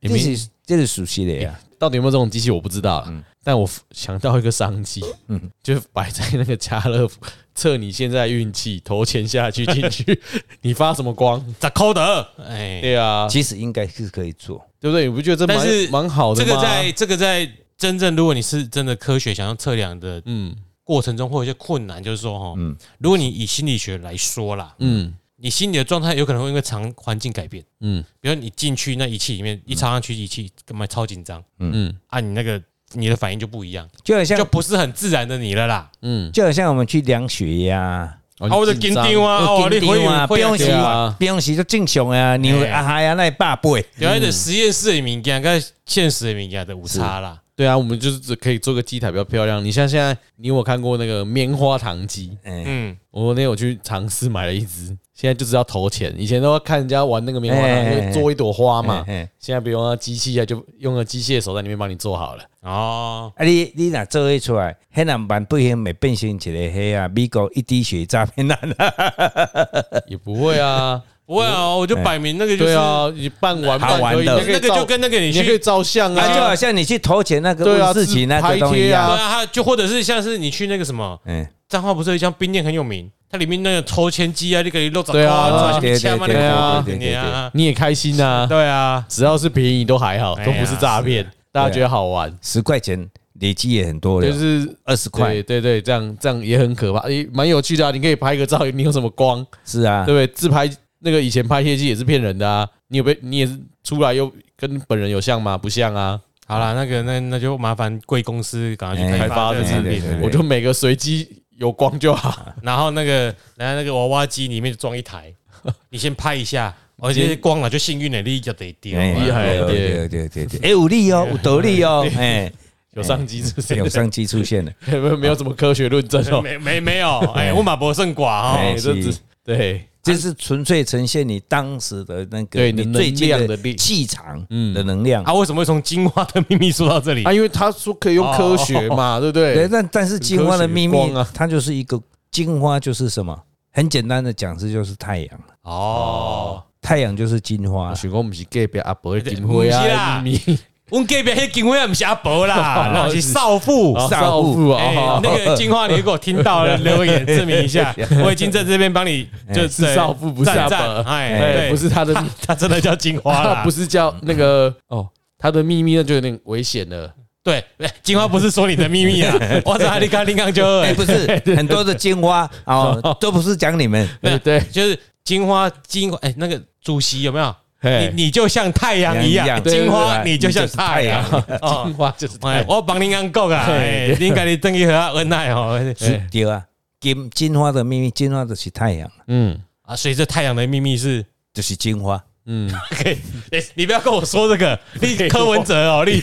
[SPEAKER 1] 你
[SPEAKER 3] 这
[SPEAKER 1] 们
[SPEAKER 3] 是这是熟悉的呀。
[SPEAKER 1] 到底有没有这种机器我不知道啦，
[SPEAKER 2] 嗯
[SPEAKER 1] 但我想到一个商机，嗯，就摆在那个家乐福，测你现在运气，投钱下去进
[SPEAKER 2] <laughs>
[SPEAKER 1] 去，你发什么光？
[SPEAKER 2] 咋抠的？哎，
[SPEAKER 1] 对啊，
[SPEAKER 3] 其实应该是可以做，
[SPEAKER 1] 对不对？你不觉得这
[SPEAKER 2] 但是
[SPEAKER 1] 蛮蛮好的
[SPEAKER 2] 这
[SPEAKER 1] 吗？
[SPEAKER 2] 个在这个在真正，如果你是真的科学想要测量的
[SPEAKER 1] 嗯
[SPEAKER 2] 过程中，会有一些困难，就是说哈，
[SPEAKER 3] 嗯
[SPEAKER 2] 如果你以心理学来说啦，
[SPEAKER 1] 嗯
[SPEAKER 2] 你心理的状态有可能会因为长环境改变，
[SPEAKER 1] 嗯
[SPEAKER 2] 比如你进去那仪器里面一插上去仪器，干嘛超紧张
[SPEAKER 1] 嗯
[SPEAKER 2] 啊？你那个你的反应就不一样，
[SPEAKER 3] 就好像
[SPEAKER 2] 就不是很自然的你了啦。
[SPEAKER 1] 嗯，
[SPEAKER 3] 就好像我们去量血压、
[SPEAKER 1] 哦
[SPEAKER 2] 啊，我就
[SPEAKER 1] 紧
[SPEAKER 2] 紧
[SPEAKER 1] 张
[SPEAKER 2] 张啊，哦，你
[SPEAKER 3] 紧
[SPEAKER 2] 会
[SPEAKER 3] 张啊，
[SPEAKER 2] 会
[SPEAKER 3] 平
[SPEAKER 2] 有
[SPEAKER 1] 时
[SPEAKER 3] 时
[SPEAKER 1] 对啊
[SPEAKER 3] 平时就正常啊，你
[SPEAKER 2] 嘿
[SPEAKER 3] 啊嗨啊，那百倍。
[SPEAKER 2] 原来的实验室的物件跟现实的物件的误差啦。
[SPEAKER 1] 对啊，我们就是只可以做个机台比较漂亮。你像现在，你有没有看过那个棉花糖机？
[SPEAKER 3] 嗯，
[SPEAKER 2] 嗯，
[SPEAKER 1] 我那天我去尝试买了一只，现在就是要投钱。以前都要看人家玩那个棉花
[SPEAKER 3] 哎哎
[SPEAKER 1] 糖，
[SPEAKER 3] 哎
[SPEAKER 1] 就做一朵花嘛
[SPEAKER 3] 哎哎。
[SPEAKER 1] 现在不用啊，机器啊，就用个机械手在里面帮你做好了。
[SPEAKER 2] 哦，
[SPEAKER 3] 啊你，你若做迄出来，迄人万不幸会变成一个迄啊，美国一滴血诈
[SPEAKER 1] <laughs>
[SPEAKER 3] 骗案啊！
[SPEAKER 1] 也不会啊，
[SPEAKER 2] 不会啊，我就摆明那个就是
[SPEAKER 1] 对，啊，你半玩
[SPEAKER 3] 好
[SPEAKER 1] 半
[SPEAKER 3] 玩
[SPEAKER 1] 可以，
[SPEAKER 3] 的
[SPEAKER 1] 你也可以
[SPEAKER 2] 那个
[SPEAKER 1] 照
[SPEAKER 2] 就跟那个你
[SPEAKER 1] 你也可以
[SPEAKER 2] 去。
[SPEAKER 1] 照相
[SPEAKER 3] 啊，就好
[SPEAKER 1] 啊，
[SPEAKER 3] 像你去投钱那个
[SPEAKER 1] 对啊
[SPEAKER 3] 问事情那
[SPEAKER 1] 自
[SPEAKER 3] 个
[SPEAKER 1] 拍
[SPEAKER 3] 东西一
[SPEAKER 1] 贴
[SPEAKER 2] 对
[SPEAKER 1] 啊
[SPEAKER 3] 样。
[SPEAKER 2] 啊，就或者是像是你去那个什么
[SPEAKER 3] 嗯，
[SPEAKER 2] 彰化，不是有一家冰店很有名，它里面那个抽签机啊，那个六十块
[SPEAKER 1] 对啊
[SPEAKER 2] 啊，
[SPEAKER 3] 对
[SPEAKER 2] 签嘛那
[SPEAKER 3] 对
[SPEAKER 1] 对
[SPEAKER 2] 个
[SPEAKER 1] 啊
[SPEAKER 2] 对
[SPEAKER 3] 对对
[SPEAKER 2] 啊，
[SPEAKER 1] 你也开心啊。
[SPEAKER 2] 对啊，
[SPEAKER 1] 只要是便宜都还好，
[SPEAKER 2] 哎
[SPEAKER 1] 都
[SPEAKER 2] 呀
[SPEAKER 1] 不是诈骗，大家觉得好玩，
[SPEAKER 3] 十块钱累积也很多了，
[SPEAKER 1] 就是。
[SPEAKER 3] 啊二十块
[SPEAKER 1] 对。对对，这样这样也很可怕，诶，蛮有趣的啊！你可以拍个照，你有什么光， <laughs>
[SPEAKER 3] 是啊
[SPEAKER 1] 对不，对？自拍那个以前拍贴机也是骗人的啊，你有被你也是出来又跟本人有像吗？不像啊，
[SPEAKER 2] 好啦，那个那那就麻烦贵公司赶快去
[SPEAKER 3] 哎
[SPEAKER 1] 开
[SPEAKER 2] 开发
[SPEAKER 1] 发
[SPEAKER 2] 这个
[SPEAKER 1] 这
[SPEAKER 2] 产
[SPEAKER 3] 个
[SPEAKER 2] 品
[SPEAKER 3] 对对
[SPEAKER 2] 了
[SPEAKER 3] 对。
[SPEAKER 1] 我就每个随机有光就好。
[SPEAKER 2] 然后那个，然后那个娃娃机里面装一台，你先拍一下，而且光了就幸运的，你就得丢。
[SPEAKER 3] 哎
[SPEAKER 1] 厉害了啊
[SPEAKER 3] 对对对对对，哎，有力
[SPEAKER 1] <laughs>
[SPEAKER 3] 哦，有道理哦，哎，
[SPEAKER 1] 有上机之类
[SPEAKER 3] 有
[SPEAKER 1] 的，
[SPEAKER 3] 商机出现了，
[SPEAKER 1] <laughs> 没有没有什么科学论证哦。
[SPEAKER 2] 没没没有，哎，我马博胜寡哈
[SPEAKER 3] 哎，
[SPEAKER 1] 哎，这
[SPEAKER 3] 是
[SPEAKER 1] 只对，
[SPEAKER 3] 这是纯粹呈现你当时的那个
[SPEAKER 1] 对你
[SPEAKER 3] 你最近
[SPEAKER 1] 能量的力嗯
[SPEAKER 3] 气场的能量。
[SPEAKER 2] 啊，为什么会从金花的秘密说到这里
[SPEAKER 1] 啊，？因为他说可以用科学嘛，对不
[SPEAKER 3] 对，
[SPEAKER 1] 哦对？
[SPEAKER 3] 但但是金花的秘密
[SPEAKER 1] 很科学光啊，
[SPEAKER 3] 它就是一个金花就是什么？很简单的讲，这就是太阳，
[SPEAKER 2] 哦，
[SPEAKER 3] 太阳就是金花
[SPEAKER 1] 我。想讲不是隔壁阿伯的金
[SPEAKER 2] 不
[SPEAKER 1] 辉
[SPEAKER 2] 是
[SPEAKER 1] 啊，
[SPEAKER 2] 啦
[SPEAKER 1] 你
[SPEAKER 2] 我们隔壁那金花不是阿伯啦，那是少
[SPEAKER 1] <laughs>
[SPEAKER 2] 妇。
[SPEAKER 1] 哦
[SPEAKER 3] 少
[SPEAKER 1] 少
[SPEAKER 3] 妇
[SPEAKER 1] 妇
[SPEAKER 2] 哎
[SPEAKER 1] 啊，，
[SPEAKER 2] 那个金花，你如果听到了留言证明一下，我已经在这边帮你，就
[SPEAKER 1] 至少不 <laughs> 哎不是
[SPEAKER 2] 赞
[SPEAKER 1] 阿
[SPEAKER 2] 赞，
[SPEAKER 1] 伯，
[SPEAKER 2] 哎，
[SPEAKER 1] 哎
[SPEAKER 2] 对，
[SPEAKER 1] 不是他的
[SPEAKER 2] 他，他真的叫金花
[SPEAKER 1] 他 <laughs>
[SPEAKER 2] 啦，
[SPEAKER 1] 不是叫那个哦，他的秘密那就有点危险了。
[SPEAKER 2] 对，哎金花不是说你的秘密啊，我操，你刚你刚就
[SPEAKER 3] 哎，不是很多的金花哦，都不是讲你们，
[SPEAKER 1] 对对，
[SPEAKER 2] 就是金花金花，哎，那个主席有没有？
[SPEAKER 1] 嘿
[SPEAKER 2] 你你就像太阳一
[SPEAKER 3] 一
[SPEAKER 2] 样，
[SPEAKER 3] 样
[SPEAKER 2] 金花
[SPEAKER 3] 对对对
[SPEAKER 2] 你就像太阳
[SPEAKER 3] 你就
[SPEAKER 1] 金
[SPEAKER 2] 哦。
[SPEAKER 1] 花就是太
[SPEAKER 2] 哎，我帮您安讲啊，哎，您家你等于和他恩爱哦。
[SPEAKER 3] 是
[SPEAKER 1] 哎
[SPEAKER 3] 对啊。金金花的秘密，金花就是太阳，
[SPEAKER 1] 嗯
[SPEAKER 2] <laughs> 啊，所以这太阳的秘密 <laughs> 是
[SPEAKER 3] 就是金花。
[SPEAKER 1] 嗯，
[SPEAKER 2] OK，哎，你不要跟我说这 <laughs> 个，你柯文哲哦， <laughs> 你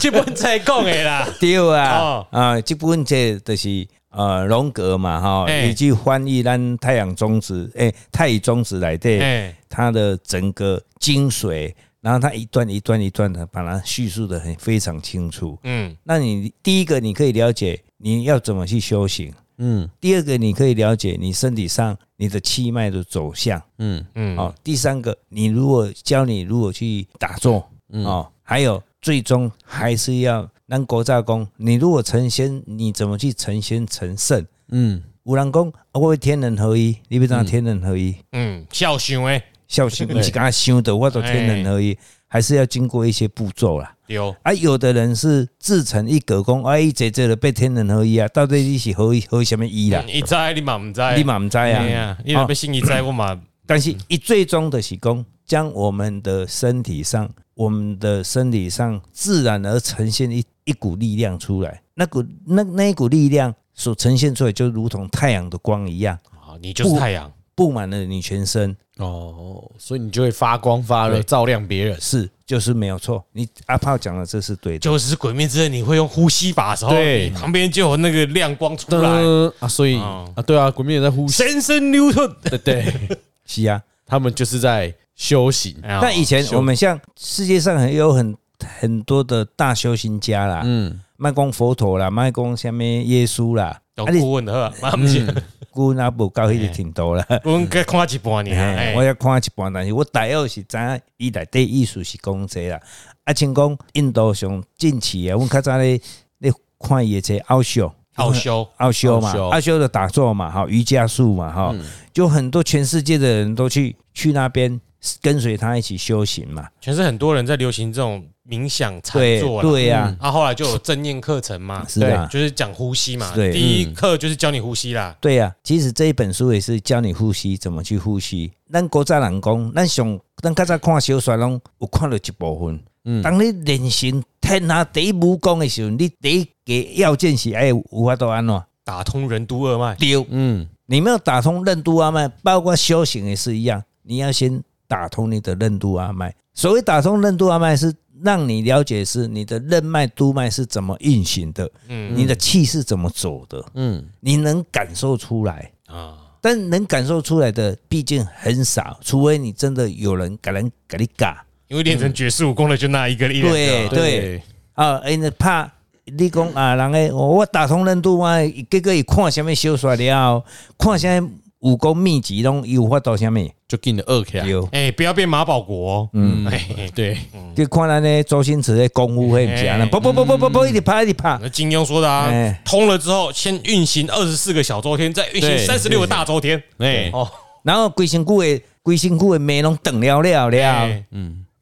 [SPEAKER 2] 这本才讲的 <laughs> 啦。
[SPEAKER 3] 对啊
[SPEAKER 2] 哦，
[SPEAKER 3] 啊，这本册就是呃荣格嘛哈，
[SPEAKER 2] 哎
[SPEAKER 3] 以及翻译咱太阳宗旨，哎，太乙宗旨来对，
[SPEAKER 2] 哎，
[SPEAKER 3] 它的整个精髓，然后它一段一段一段的把它叙述的很非常清楚。
[SPEAKER 2] 嗯，
[SPEAKER 3] 那你第一个你可以了解你要怎么去修行，
[SPEAKER 1] 嗯
[SPEAKER 3] 第二个你可以了解你身体上你的气脉的走向，
[SPEAKER 1] 嗯
[SPEAKER 2] 嗯
[SPEAKER 3] 哦，第三个你如果教你如何去打坐，哦，还有最终还是要让国炸功。你如果成仙，你怎么去成仙成圣？
[SPEAKER 1] 嗯，
[SPEAKER 3] 有人讲，啊我会天人合一，你不知道天人合一，
[SPEAKER 2] 嗯，孝想诶，
[SPEAKER 3] 孝心不是跟他修的，我都天人合
[SPEAKER 2] 哎
[SPEAKER 3] 一，还是要经过一些步骤啦。
[SPEAKER 2] 有
[SPEAKER 3] 啊，有的人是自成一格功，哎，这这的被天人合一啊，到底你是合一合什么一啦？
[SPEAKER 2] 一嗯知你嘛唔知，
[SPEAKER 3] 你嘛唔知
[SPEAKER 2] 哎
[SPEAKER 3] 啊。
[SPEAKER 2] 呀，你若要信一知我嘛
[SPEAKER 3] 但是一最终的是功，将我们的身体上，我们的身体上自然而呈现一一股力量出来，那股那那一股力量所呈现出来，就如同太阳的光一样，
[SPEAKER 2] 啊，你就是太阳。
[SPEAKER 3] 布满了你全身，
[SPEAKER 1] 哦，所以你就会发光发热，照亮别人。
[SPEAKER 3] 是就是没有错。你阿炮讲的这是对的，
[SPEAKER 2] 就是《鬼灭之刃》，你会用呼吸法的时候，
[SPEAKER 1] 对
[SPEAKER 2] 你旁边就有那个亮光出来。
[SPEAKER 1] 噔啊，所以
[SPEAKER 2] 哦
[SPEAKER 1] 啊，对啊，国民也在呼吸，
[SPEAKER 2] 神圣牛顿，
[SPEAKER 1] 对对，
[SPEAKER 3] 是啊。
[SPEAKER 1] <laughs> 他们就是在修行。
[SPEAKER 2] 哦
[SPEAKER 3] 但以前我们像世界上很有很很多的大修行家啦，
[SPEAKER 1] 嗯，
[SPEAKER 3] 卖公佛陀啦，卖公下面耶稣啦，
[SPEAKER 2] 哦有
[SPEAKER 3] 啊你
[SPEAKER 2] 顾问的呵，妈不是，
[SPEAKER 3] 姑那不高一挺多啦。
[SPEAKER 2] <laughs> 我们该看一半年，
[SPEAKER 3] 哎，
[SPEAKER 2] 哎
[SPEAKER 3] 我，要看一半，但是我大约是知影伊内底意思是讲这啦。啊，像讲印度上近期啊，阮较早咧咧看伊的这奥修，
[SPEAKER 2] 奥修，
[SPEAKER 3] 奥修嘛
[SPEAKER 1] 奥修，
[SPEAKER 3] 奥修的打坐嘛，哈，瑜伽术嘛，哈，就很多全世界的人都去去那边跟随他一起修行嘛。
[SPEAKER 2] 全是很多人在流行这种冥想禅
[SPEAKER 3] 对
[SPEAKER 2] 坐啦。
[SPEAKER 3] 对呀，
[SPEAKER 2] 啊，后来就有正念课程嘛，
[SPEAKER 3] 是啊
[SPEAKER 2] 就是讲呼吸嘛。
[SPEAKER 3] 对
[SPEAKER 2] 第一课就是教你呼吸啦。
[SPEAKER 3] 对呀、其实这一本书也是教你呼吸，怎么去呼吸。咱国早人讲，咱上咱较早看小说拢有看到一部分。当你练成天下第一武功的时候，你第一个要件是哎，有法度安怎？
[SPEAKER 2] 打通任督二脉，
[SPEAKER 3] 对，
[SPEAKER 1] 嗯
[SPEAKER 3] 你没有打通任督二脉，包括修行也是一样，你要先打通你的任督二脉。所谓打通任督二脉，是让你了解是你的任脉、督脉是怎么运行的，
[SPEAKER 2] 嗯
[SPEAKER 3] 你的气是怎么走的，
[SPEAKER 1] 嗯，
[SPEAKER 3] 你能感受出来。
[SPEAKER 2] 啊，
[SPEAKER 3] 但能感受出来的毕竟很少，除非你真的有人敢人给你嘎
[SPEAKER 2] 因为练成绝世武功的就那一个一两个
[SPEAKER 1] 哎
[SPEAKER 3] 对
[SPEAKER 2] 啊，
[SPEAKER 3] 对，啊，因为怕你讲啊，人诶，我我打通任督啊，结果伊看什么小说了，看什么武功秘籍拢伊有法度什么，
[SPEAKER 1] 就给你的二 K 啊，
[SPEAKER 3] 有
[SPEAKER 2] 哎，不要变马保国哦。嗯，
[SPEAKER 1] 对，
[SPEAKER 3] 就看咱咧周星驰的功夫迄毋是安尼，不不不不不不，一直拍一直拍，
[SPEAKER 2] 那金庸说的啊
[SPEAKER 3] 哎，
[SPEAKER 2] 通了之后，先运行二十四个小周天，再运行
[SPEAKER 1] 对
[SPEAKER 2] 三十六个大周天。
[SPEAKER 1] 哎，
[SPEAKER 2] 哦，
[SPEAKER 3] 然后规身躯的规身躯的眉拢长了了了，
[SPEAKER 2] 哎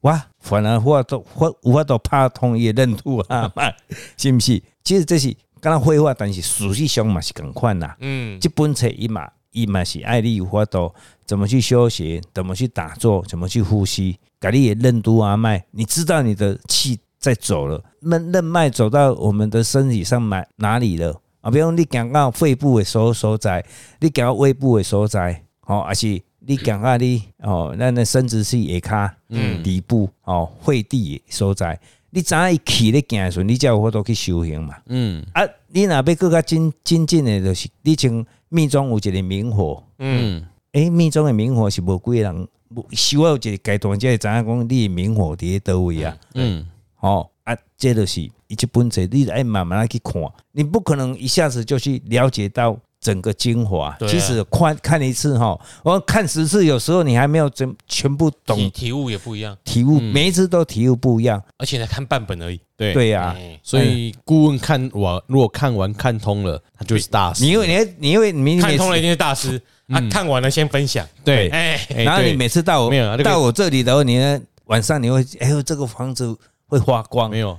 [SPEAKER 3] 哇，反而我都我有法度拍通伊的任督啊， <laughs> 是毋是？其实这是敢若绘画，但是事实上嘛是共款啦。
[SPEAKER 2] 嗯，
[SPEAKER 3] 这本册伊嘛伊嘛是爱你有法度怎么去休息，怎么去打坐，怎么去呼吸，改你也任督啊脉，你知道你的气在走了，任任脉走到我们的身体上哪哪里了啊？比如你讲到肺部的所所在，你讲到胃部的所在，哦，还是你讲到你哦，咱的生殖器下骹，嗯，底部哦，肺地的所在。你知影伊去咧行的时阵，你才有法度去修行嘛。
[SPEAKER 1] 嗯
[SPEAKER 3] 啊，你若要更较精精进的，就是你像密宗有一个明火，
[SPEAKER 1] 嗯
[SPEAKER 3] 诶、密宗的明火是无几个人无修到一个阶段，才会知影讲你的明火伫咧倒位啊。
[SPEAKER 1] 嗯
[SPEAKER 3] 哦啊，这就是伊即本册，你爱慢慢来去看，你不可能一下子就去了解到整个精华。
[SPEAKER 2] 对啊
[SPEAKER 3] 即使看看一次哈，我看十次，有时候你还没有全全部
[SPEAKER 2] 体
[SPEAKER 3] 懂
[SPEAKER 2] 体悟也不一样，
[SPEAKER 3] 体悟，每一次都体悟不一样。
[SPEAKER 2] 而且才看半本而已。
[SPEAKER 1] 对啊
[SPEAKER 3] 对啊呀、
[SPEAKER 2] 哎
[SPEAKER 1] 所以顾问看完，如果看完看通了，他就是大师。
[SPEAKER 3] 你因为你会你因为你每
[SPEAKER 2] 看通了一定是大师
[SPEAKER 3] 嗯
[SPEAKER 2] 啊！看完了先分享，
[SPEAKER 1] 对
[SPEAKER 2] 哎，
[SPEAKER 1] 哎
[SPEAKER 3] 然后
[SPEAKER 1] 对
[SPEAKER 3] 你每次到我
[SPEAKER 1] 没有啊那个
[SPEAKER 3] 到我这里的时候，你呢晚上你会哎呦这个房子会花光
[SPEAKER 1] 没，有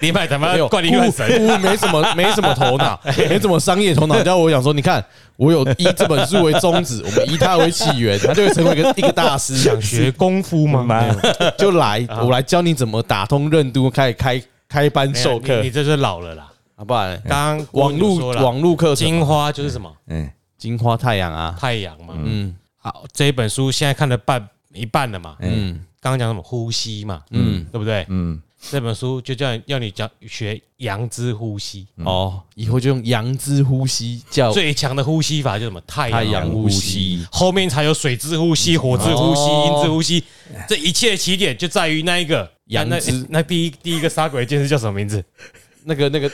[SPEAKER 2] 礼拜他妈
[SPEAKER 3] 哎
[SPEAKER 1] 没有
[SPEAKER 2] 啊怪力乱神，哎
[SPEAKER 1] 顾问没什么没什么头
[SPEAKER 2] <laughs>
[SPEAKER 1] 脑，没什么商业头脑。叫我讲说，你看我有以这本书为宗旨，我们以它为起
[SPEAKER 2] <laughs>
[SPEAKER 1] 源，他就会成为一个一个大师。啊
[SPEAKER 2] 想学功夫
[SPEAKER 1] <laughs>
[SPEAKER 2] 吗？
[SPEAKER 3] 妈
[SPEAKER 1] 就来，我来教你怎么打通任督，开始开开班
[SPEAKER 2] 没有
[SPEAKER 1] 授
[SPEAKER 2] 你
[SPEAKER 1] 课
[SPEAKER 2] 你，这是老了啦。
[SPEAKER 1] 好不然
[SPEAKER 2] 刚刚
[SPEAKER 1] 网
[SPEAKER 2] 说
[SPEAKER 1] 络
[SPEAKER 2] 了
[SPEAKER 1] 网络课程
[SPEAKER 2] 金花就是什么
[SPEAKER 3] 嗯，
[SPEAKER 1] 金花太阳啊，
[SPEAKER 2] 太阳嘛。
[SPEAKER 1] 嗯
[SPEAKER 2] 好，这一本书现在看了半一半了嘛。
[SPEAKER 1] 嗯
[SPEAKER 2] 刚刚讲什么呼吸嘛，嗯，对不对？
[SPEAKER 3] 嗯，
[SPEAKER 2] 这本书就叫你要你讲学阳之呼吸，
[SPEAKER 1] 哦，以后就用阳之呼吸叫
[SPEAKER 2] 嗯最强的呼吸法就是什么太
[SPEAKER 1] 哦太阳
[SPEAKER 2] 阳
[SPEAKER 1] 呼
[SPEAKER 2] 呼
[SPEAKER 1] 吸
[SPEAKER 2] 吸，后面才有水之呼吸、火之呼吸、
[SPEAKER 1] 哦
[SPEAKER 2] 阴之呼吸。这一切的起点就在于那一个
[SPEAKER 1] 阳
[SPEAKER 2] 那
[SPEAKER 1] 之
[SPEAKER 2] 那那第一第一个杀鬼剑士叫什么名字？哎
[SPEAKER 1] 那个那个，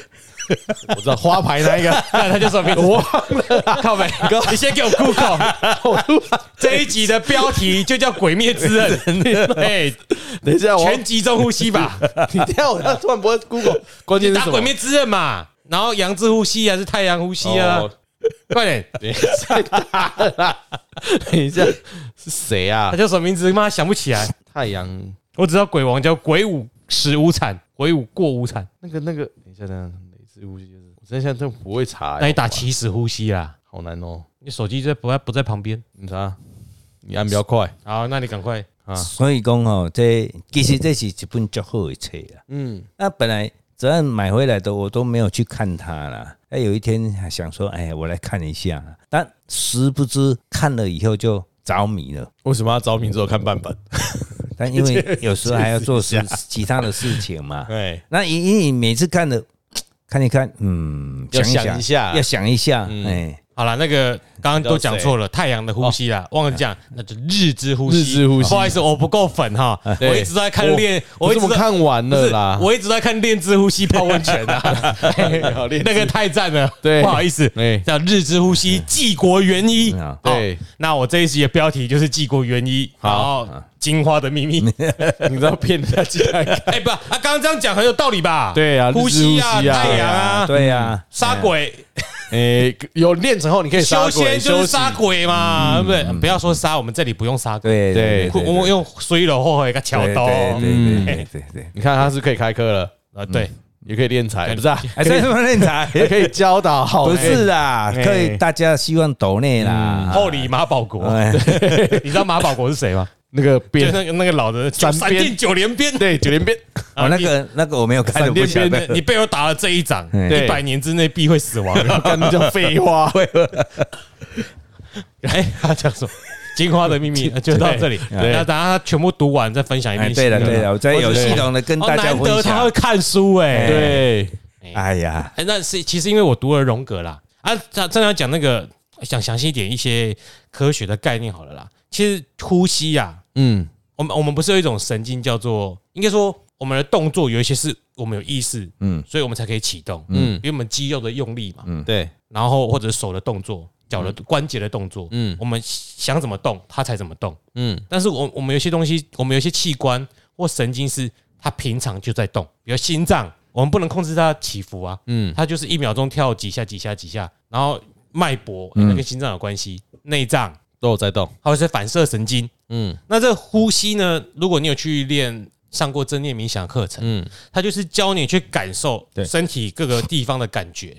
[SPEAKER 1] 我知道花
[SPEAKER 2] <laughs>
[SPEAKER 1] 牌那一个，
[SPEAKER 2] 那他叫什么名字？
[SPEAKER 1] <laughs>
[SPEAKER 2] 我忘了，靠北哥，你先给我 <laughs> Google。这一集的标题就叫《鬼灭 <laughs> 之刃》，哎，
[SPEAKER 1] 等一下我要
[SPEAKER 2] 全集中呼吸 <laughs> 吧，
[SPEAKER 1] 你等一下我要突然不会 Google 关键是
[SPEAKER 2] 打
[SPEAKER 1] 什
[SPEAKER 2] 《
[SPEAKER 1] 么
[SPEAKER 2] 鬼？灭之刃》嘛，然后阳之呼吸还是太阳呼吸啊
[SPEAKER 1] 哦？
[SPEAKER 2] 快点，
[SPEAKER 1] 别再打了啦，等一下是谁啊
[SPEAKER 2] 他？叫什么名字？妈想不起来，
[SPEAKER 1] 太阳
[SPEAKER 2] 我只知道鬼王叫鬼舞史无惨，鬼舞过无惨，
[SPEAKER 1] 那个那个，等一下等一下，哪只呼吸就是？我真的现在真的不会查欸，
[SPEAKER 2] 那你打起始呼吸啦。
[SPEAKER 1] 好难哦，
[SPEAKER 2] 你手机在不在不在旁边？
[SPEAKER 1] 你查，你按比较快。
[SPEAKER 2] 好，那你赶快。
[SPEAKER 3] 所以讲哦，这其实这是一本较好的册啦。
[SPEAKER 1] 嗯，
[SPEAKER 3] 那本来只要买回来的，我都没有去看它啦。那有一天还想说，哎，我来看一下啦，但殊不知看了以后就着迷了。
[SPEAKER 1] 为什么要着迷之后看半本？
[SPEAKER 3] 但因为有时候还要做事其他的事
[SPEAKER 1] <laughs>
[SPEAKER 3] 情嘛，
[SPEAKER 1] 哎，
[SPEAKER 3] 那因因为你每次看的看一看，嗯，
[SPEAKER 1] 要
[SPEAKER 3] 一
[SPEAKER 1] 想一下
[SPEAKER 3] 要想一下，哎、
[SPEAKER 1] 嗯
[SPEAKER 2] 好了，那个刚刚都讲错了，太阳的呼吸啦，忘了讲，那就日之呼吸。
[SPEAKER 1] 日之呼吸
[SPEAKER 2] 不好意思，我不够粉哈，
[SPEAKER 1] 对
[SPEAKER 2] 我一直在看练，
[SPEAKER 1] 我
[SPEAKER 2] 我一
[SPEAKER 1] 怎
[SPEAKER 2] 直
[SPEAKER 1] 么
[SPEAKER 2] 在
[SPEAKER 1] 看完
[SPEAKER 2] 不
[SPEAKER 1] 了
[SPEAKER 2] 是
[SPEAKER 1] 啦？
[SPEAKER 2] 我一直在看练之呼吸泡温泉啊，
[SPEAKER 1] 好 <laughs> 练之
[SPEAKER 2] 那个太赞了，
[SPEAKER 1] 对
[SPEAKER 2] 不好意思
[SPEAKER 1] 哎，
[SPEAKER 2] 叫日之呼吸，济国元一
[SPEAKER 3] 嗯啊。
[SPEAKER 1] 对
[SPEAKER 2] 好，那我这一集的标题就是济国元一，然
[SPEAKER 1] 好嗯
[SPEAKER 2] 后金花的秘密。
[SPEAKER 1] 你知道骗人家进来看？
[SPEAKER 2] <laughs> 哎，不，啊，刚刚这样讲很有道理吧？
[SPEAKER 1] 对啊
[SPEAKER 2] 呼吸啊，
[SPEAKER 1] 日之呼吸啊
[SPEAKER 2] 太阳啊，
[SPEAKER 3] 对呀、
[SPEAKER 2] 杀鬼。
[SPEAKER 1] 哎，有练成后你可以杀
[SPEAKER 2] 修
[SPEAKER 1] 鬼
[SPEAKER 2] 仙就是杀
[SPEAKER 1] 息
[SPEAKER 2] 鬼嘛，对不对？不要说杀，我们这里不用杀鬼，
[SPEAKER 3] 对
[SPEAKER 1] 嗯对
[SPEAKER 2] 我我们用水楼或一个桥
[SPEAKER 3] 对
[SPEAKER 2] 刀，
[SPEAKER 3] 对
[SPEAKER 1] 嗯
[SPEAKER 3] 对对对对，
[SPEAKER 1] <laughs> 你看他是可以开课了，
[SPEAKER 2] 啊，对，
[SPEAKER 1] 也可以练财，不是啊？
[SPEAKER 3] 哎，这什么人 <laughs> 才？
[SPEAKER 1] 也可以教导好
[SPEAKER 3] 不
[SPEAKER 1] 人，
[SPEAKER 3] 是啦，
[SPEAKER 1] 哎
[SPEAKER 3] 可以大家希望抖内啦，
[SPEAKER 2] 嗯后里马保
[SPEAKER 1] 嗯
[SPEAKER 2] 国，
[SPEAKER 3] <laughs> 哎
[SPEAKER 2] <laughs> 你知道马保国是谁吗？
[SPEAKER 1] 那个
[SPEAKER 2] 就
[SPEAKER 1] 边
[SPEAKER 2] 那个那个老的
[SPEAKER 1] 闪
[SPEAKER 2] 闪
[SPEAKER 1] 边
[SPEAKER 2] 电九连鞭，
[SPEAKER 1] 对九连鞭，
[SPEAKER 3] 哦，那个那个我没有看，我
[SPEAKER 1] 啊闪
[SPEAKER 3] 不
[SPEAKER 1] 电
[SPEAKER 3] 晓
[SPEAKER 1] 边
[SPEAKER 3] 得。
[SPEAKER 2] 你被我打了这一掌，
[SPEAKER 3] 嗯
[SPEAKER 2] 一百年之内必会死亡。
[SPEAKER 1] <laughs> 干那叫废话。 <laughs>
[SPEAKER 2] <laughs> 哎，他讲什么？金花的秘
[SPEAKER 3] <laughs>
[SPEAKER 2] 密呃就到这里，
[SPEAKER 1] 对
[SPEAKER 2] 那等下他全部读完再分享一
[SPEAKER 3] 哎，
[SPEAKER 2] 遍。
[SPEAKER 3] 对了对了，，我在有系统的跟
[SPEAKER 2] 哦
[SPEAKER 3] 大家
[SPEAKER 2] 难得
[SPEAKER 3] 分
[SPEAKER 2] 他会
[SPEAKER 3] 享。
[SPEAKER 2] 看书哎，
[SPEAKER 1] 对，
[SPEAKER 3] 哎呀，
[SPEAKER 2] 哎，那是其实因为我读了荣格啦，啊，正正要讲那个想详细一点一些科学的概念好了啦。其实呼吸呀、
[SPEAKER 1] 嗯
[SPEAKER 2] 我们我们不是有一种神经叫做，应该说我们的动作有一些是我们有意识，
[SPEAKER 3] 嗯
[SPEAKER 2] 所以我们才可以启动，
[SPEAKER 1] 嗯
[SPEAKER 2] 因，为我们肌肉的用力嘛，
[SPEAKER 1] 对，
[SPEAKER 2] 然后或者手的动作、脚的关节的动作，
[SPEAKER 1] 嗯
[SPEAKER 2] 我们想怎么动它才怎么动。
[SPEAKER 1] 嗯
[SPEAKER 2] 但是我我们有些东西，我们有些器官或神经是它平常就在动，比如心脏，我们不能控制它的起伏啊，
[SPEAKER 1] 嗯
[SPEAKER 2] 它就是一秒钟跳几下几下几下，然后脉搏、欸那跟心脏有关系，内脏
[SPEAKER 1] 嗯都有在动，
[SPEAKER 2] 还有一些反射神经。
[SPEAKER 1] 嗯
[SPEAKER 2] 那这呼吸呢？如果你有去练上过正念冥想课程，
[SPEAKER 1] 嗯
[SPEAKER 2] 它就是教你去感受
[SPEAKER 3] 对
[SPEAKER 2] 身体各个地方的感觉。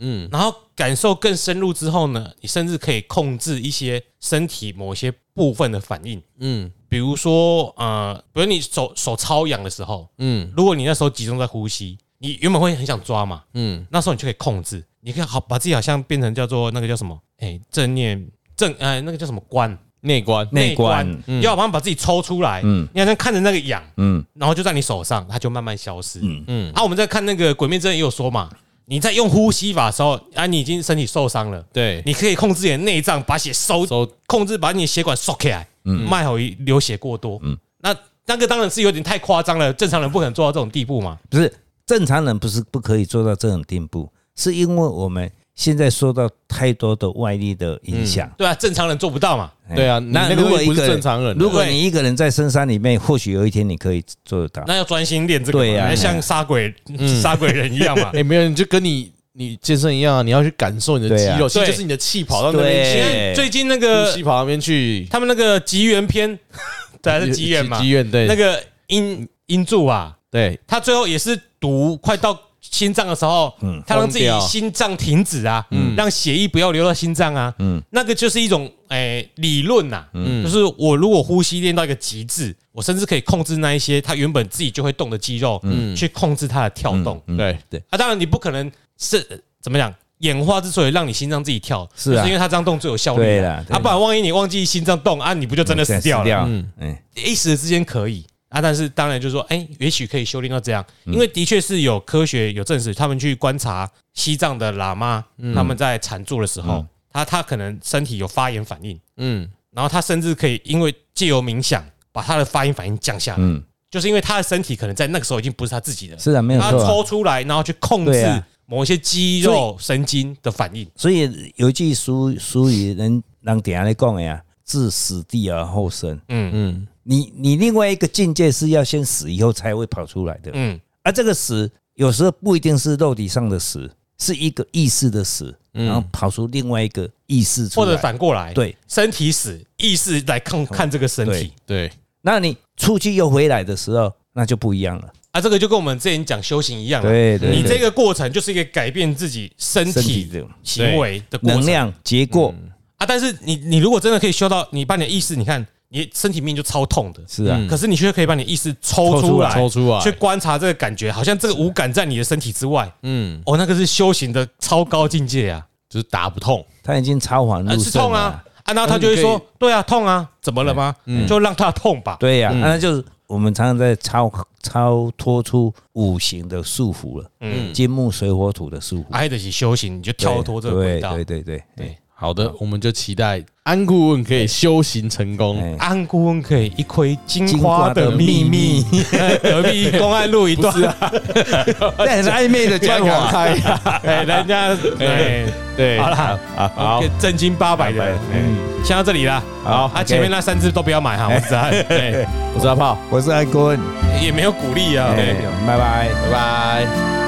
[SPEAKER 2] 嗯，然后感受更深入之后呢，你甚至可以控制一些身体某些部分的反应，
[SPEAKER 1] 嗯
[SPEAKER 2] 比如说呃，比如你手手超痒的时候，
[SPEAKER 1] 嗯
[SPEAKER 2] 如果你那时候集中在呼吸，你原本会很想抓嘛，
[SPEAKER 1] 嗯，
[SPEAKER 2] 那时候你就可以控制，你可以好把自己好像变成叫做那个叫什么，哎、正念正呃那个叫什么观
[SPEAKER 1] 内观
[SPEAKER 3] 内观
[SPEAKER 2] 你要马上把自己抽出来，
[SPEAKER 3] 嗯
[SPEAKER 2] 你好像看着那个痒，
[SPEAKER 3] 嗯，
[SPEAKER 2] 然后就在你手上，它就慢慢消失，
[SPEAKER 3] 嗯
[SPEAKER 2] 嗯，啊，我们在看那个《鬼灭之刃》也有说嘛，你在用呼吸法的时候，啊，你已经身体受伤了。
[SPEAKER 1] 对，
[SPEAKER 2] 你可以控制你的内脏，把血收
[SPEAKER 1] 收
[SPEAKER 2] 控制把你的血管收起来，
[SPEAKER 3] 嗯
[SPEAKER 2] 脉好流血过多，那那个当然是有点太夸张了，正常人不可能做到这种地步嘛，
[SPEAKER 3] 不是正常人不是不可以做到这种地步，是因为我们现在受到太多的外力的影响。
[SPEAKER 2] 对啊，正常人做不到嘛，
[SPEAKER 3] 哎
[SPEAKER 1] 对啊，你那个
[SPEAKER 3] 如果
[SPEAKER 1] 东西
[SPEAKER 3] 一
[SPEAKER 1] 不
[SPEAKER 3] 个
[SPEAKER 1] 是正常人的，啊
[SPEAKER 3] 如果你一个人在深山里面，或许有一天你可以做得到。
[SPEAKER 2] 那要专心练这个嘛，
[SPEAKER 3] 对啊
[SPEAKER 2] 要像杀鬼
[SPEAKER 1] 嗯
[SPEAKER 2] 杀鬼人一样嘛
[SPEAKER 1] <laughs> 哎、，没有，你就跟你你健身一样啊，你要去感受你的肌
[SPEAKER 3] 对啊
[SPEAKER 1] 肉，其实
[SPEAKER 2] 对
[SPEAKER 1] 就是你的气跑到那边
[SPEAKER 3] 对
[SPEAKER 1] 去，
[SPEAKER 2] 因为最近那
[SPEAKER 1] 哎呼
[SPEAKER 2] 个
[SPEAKER 1] 吸跑到那边去，
[SPEAKER 2] 他们那个吉原篇， <laughs> 对啊，是吉原嘛
[SPEAKER 1] 吉，院对，
[SPEAKER 2] 那个英英柱啊，
[SPEAKER 1] 对，
[SPEAKER 2] 他最后也是毒快到心脏的时候，
[SPEAKER 1] 嗯
[SPEAKER 2] 他让自己
[SPEAKER 1] 疯掉
[SPEAKER 2] 心脏停止啊，
[SPEAKER 1] 嗯
[SPEAKER 2] 让血液不要流到心脏啊，那个就是一种诶、理论呐、
[SPEAKER 1] 嗯
[SPEAKER 2] 就是我如果呼吸练到一个极致，我甚至可以控制那一些他原本自己就会动的肌肉，去控制它的跳动。
[SPEAKER 3] 嗯
[SPEAKER 1] 对
[SPEAKER 3] 对，
[SPEAKER 2] 啊，当然你不可能是呃怎么讲。演化之所以让你心脏自己跳，
[SPEAKER 3] 是啊
[SPEAKER 2] 就因为它这样动最有效率
[SPEAKER 3] 对
[SPEAKER 2] 啊
[SPEAKER 3] 啦，对
[SPEAKER 2] 啊，不然万一你忘记心脏动啊，你不就真的死掉了？
[SPEAKER 3] 嗯，哎，
[SPEAKER 2] 一时之间可以啊，但是当然就是说，哎、也许可以修炼到这样，
[SPEAKER 3] 嗯
[SPEAKER 2] 因为的确是有科学有证实，他们去观察西藏的喇嘛，
[SPEAKER 3] 嗯
[SPEAKER 2] 他们在禅坐的时候，他他可能身体有发炎反应，
[SPEAKER 1] 嗯
[SPEAKER 2] 然后他甚至可以因为借由冥想把他的发炎反应降下来，
[SPEAKER 3] 嗯
[SPEAKER 2] 就是因为他的身体可能在那个时候已经不是他自己的，
[SPEAKER 3] 是啊，没有
[SPEAKER 2] 他
[SPEAKER 3] 错啊、
[SPEAKER 2] 抽出来，然后去控
[SPEAKER 3] 对
[SPEAKER 2] 制
[SPEAKER 3] 啊
[SPEAKER 2] 某一些肌肉神经的反应，
[SPEAKER 3] 所以有一句俗俗语，人人底下来讲的呀，置死地而后生。
[SPEAKER 2] 嗯
[SPEAKER 1] 嗯
[SPEAKER 3] 你你另外一个境界是要先死以后才会跑出来的，
[SPEAKER 2] 嗯
[SPEAKER 3] 而、这个死有时候不一定是肉体上的死，是一个意识的死，然后跑出另外一个意识出
[SPEAKER 2] 或
[SPEAKER 3] 来。
[SPEAKER 2] 者反过来，
[SPEAKER 3] 对，
[SPEAKER 2] 身体死，意识来看看这个身
[SPEAKER 3] 对
[SPEAKER 2] 体。
[SPEAKER 1] 对，
[SPEAKER 3] 那你出去又回来的时候，那就不一样了。
[SPEAKER 2] 啊，这个就跟我们之前讲修行一样啊，
[SPEAKER 3] 对对
[SPEAKER 2] 你
[SPEAKER 3] 对
[SPEAKER 2] 这个过程就是一个改变自己身
[SPEAKER 3] 身
[SPEAKER 2] 体
[SPEAKER 3] 体的
[SPEAKER 2] 行为的过
[SPEAKER 3] 能
[SPEAKER 2] 程
[SPEAKER 3] 量、结果、
[SPEAKER 2] 啊。但是你你如果真的可以修到，你把你的意识，你看你身体面就超痛的，嗯
[SPEAKER 3] 是啊，
[SPEAKER 2] 可是你却可以把你的意识抽出来，
[SPEAKER 1] 抽出来
[SPEAKER 2] 去观察这个感觉，好像这个无感在你的身体之外。
[SPEAKER 1] 嗯，
[SPEAKER 2] 哦，那个是修行的超高境界啊，
[SPEAKER 1] 就是打不痛，
[SPEAKER 3] 他已经超凡
[SPEAKER 2] 啊
[SPEAKER 3] 入
[SPEAKER 2] 是
[SPEAKER 3] 圣
[SPEAKER 2] 痛
[SPEAKER 3] 了
[SPEAKER 2] 啊。啊，然后他就会
[SPEAKER 1] 那你
[SPEAKER 2] 说
[SPEAKER 1] 可：“
[SPEAKER 2] 对啊，痛啊，怎么了吗？就让他痛吧。
[SPEAKER 3] 对呀、那就是我们常常在超超脱出五行的束缚了，嗯，金木水火土的束缚，
[SPEAKER 2] 啊挨得起修行，你就跳脱这个轨
[SPEAKER 3] 对
[SPEAKER 2] 道
[SPEAKER 3] 对。对对对，
[SPEAKER 1] 好的，我们就期待安顾问可以修行成功。
[SPEAKER 3] 哎
[SPEAKER 2] 啊安顾问可以一窥金
[SPEAKER 3] 金
[SPEAKER 2] 花
[SPEAKER 3] 花
[SPEAKER 2] 的
[SPEAKER 3] 的
[SPEAKER 2] 秘
[SPEAKER 3] 秘
[SPEAKER 2] 密啊
[SPEAKER 3] 密，
[SPEAKER 2] <laughs> 隔壁公安路一段， <laughs>
[SPEAKER 3] 这很暧昧的家
[SPEAKER 1] 不
[SPEAKER 3] 伙
[SPEAKER 1] 要
[SPEAKER 3] 啊，
[SPEAKER 1] 开呀，
[SPEAKER 2] 哎，人家哎，
[SPEAKER 1] 对，
[SPEAKER 2] 好啦，好，正经八百的，
[SPEAKER 3] 嗯
[SPEAKER 2] 哎先到这里啦。
[SPEAKER 3] 好
[SPEAKER 2] 他
[SPEAKER 3] OK
[SPEAKER 2] 前面那三只都不要买哈，我知道，哎
[SPEAKER 1] 我是阿炮，
[SPEAKER 3] 我是安坤，
[SPEAKER 2] 也没有鼓励啊。
[SPEAKER 3] 哎
[SPEAKER 2] OK
[SPEAKER 3] 拜拜。
[SPEAKER 1] 拜拜。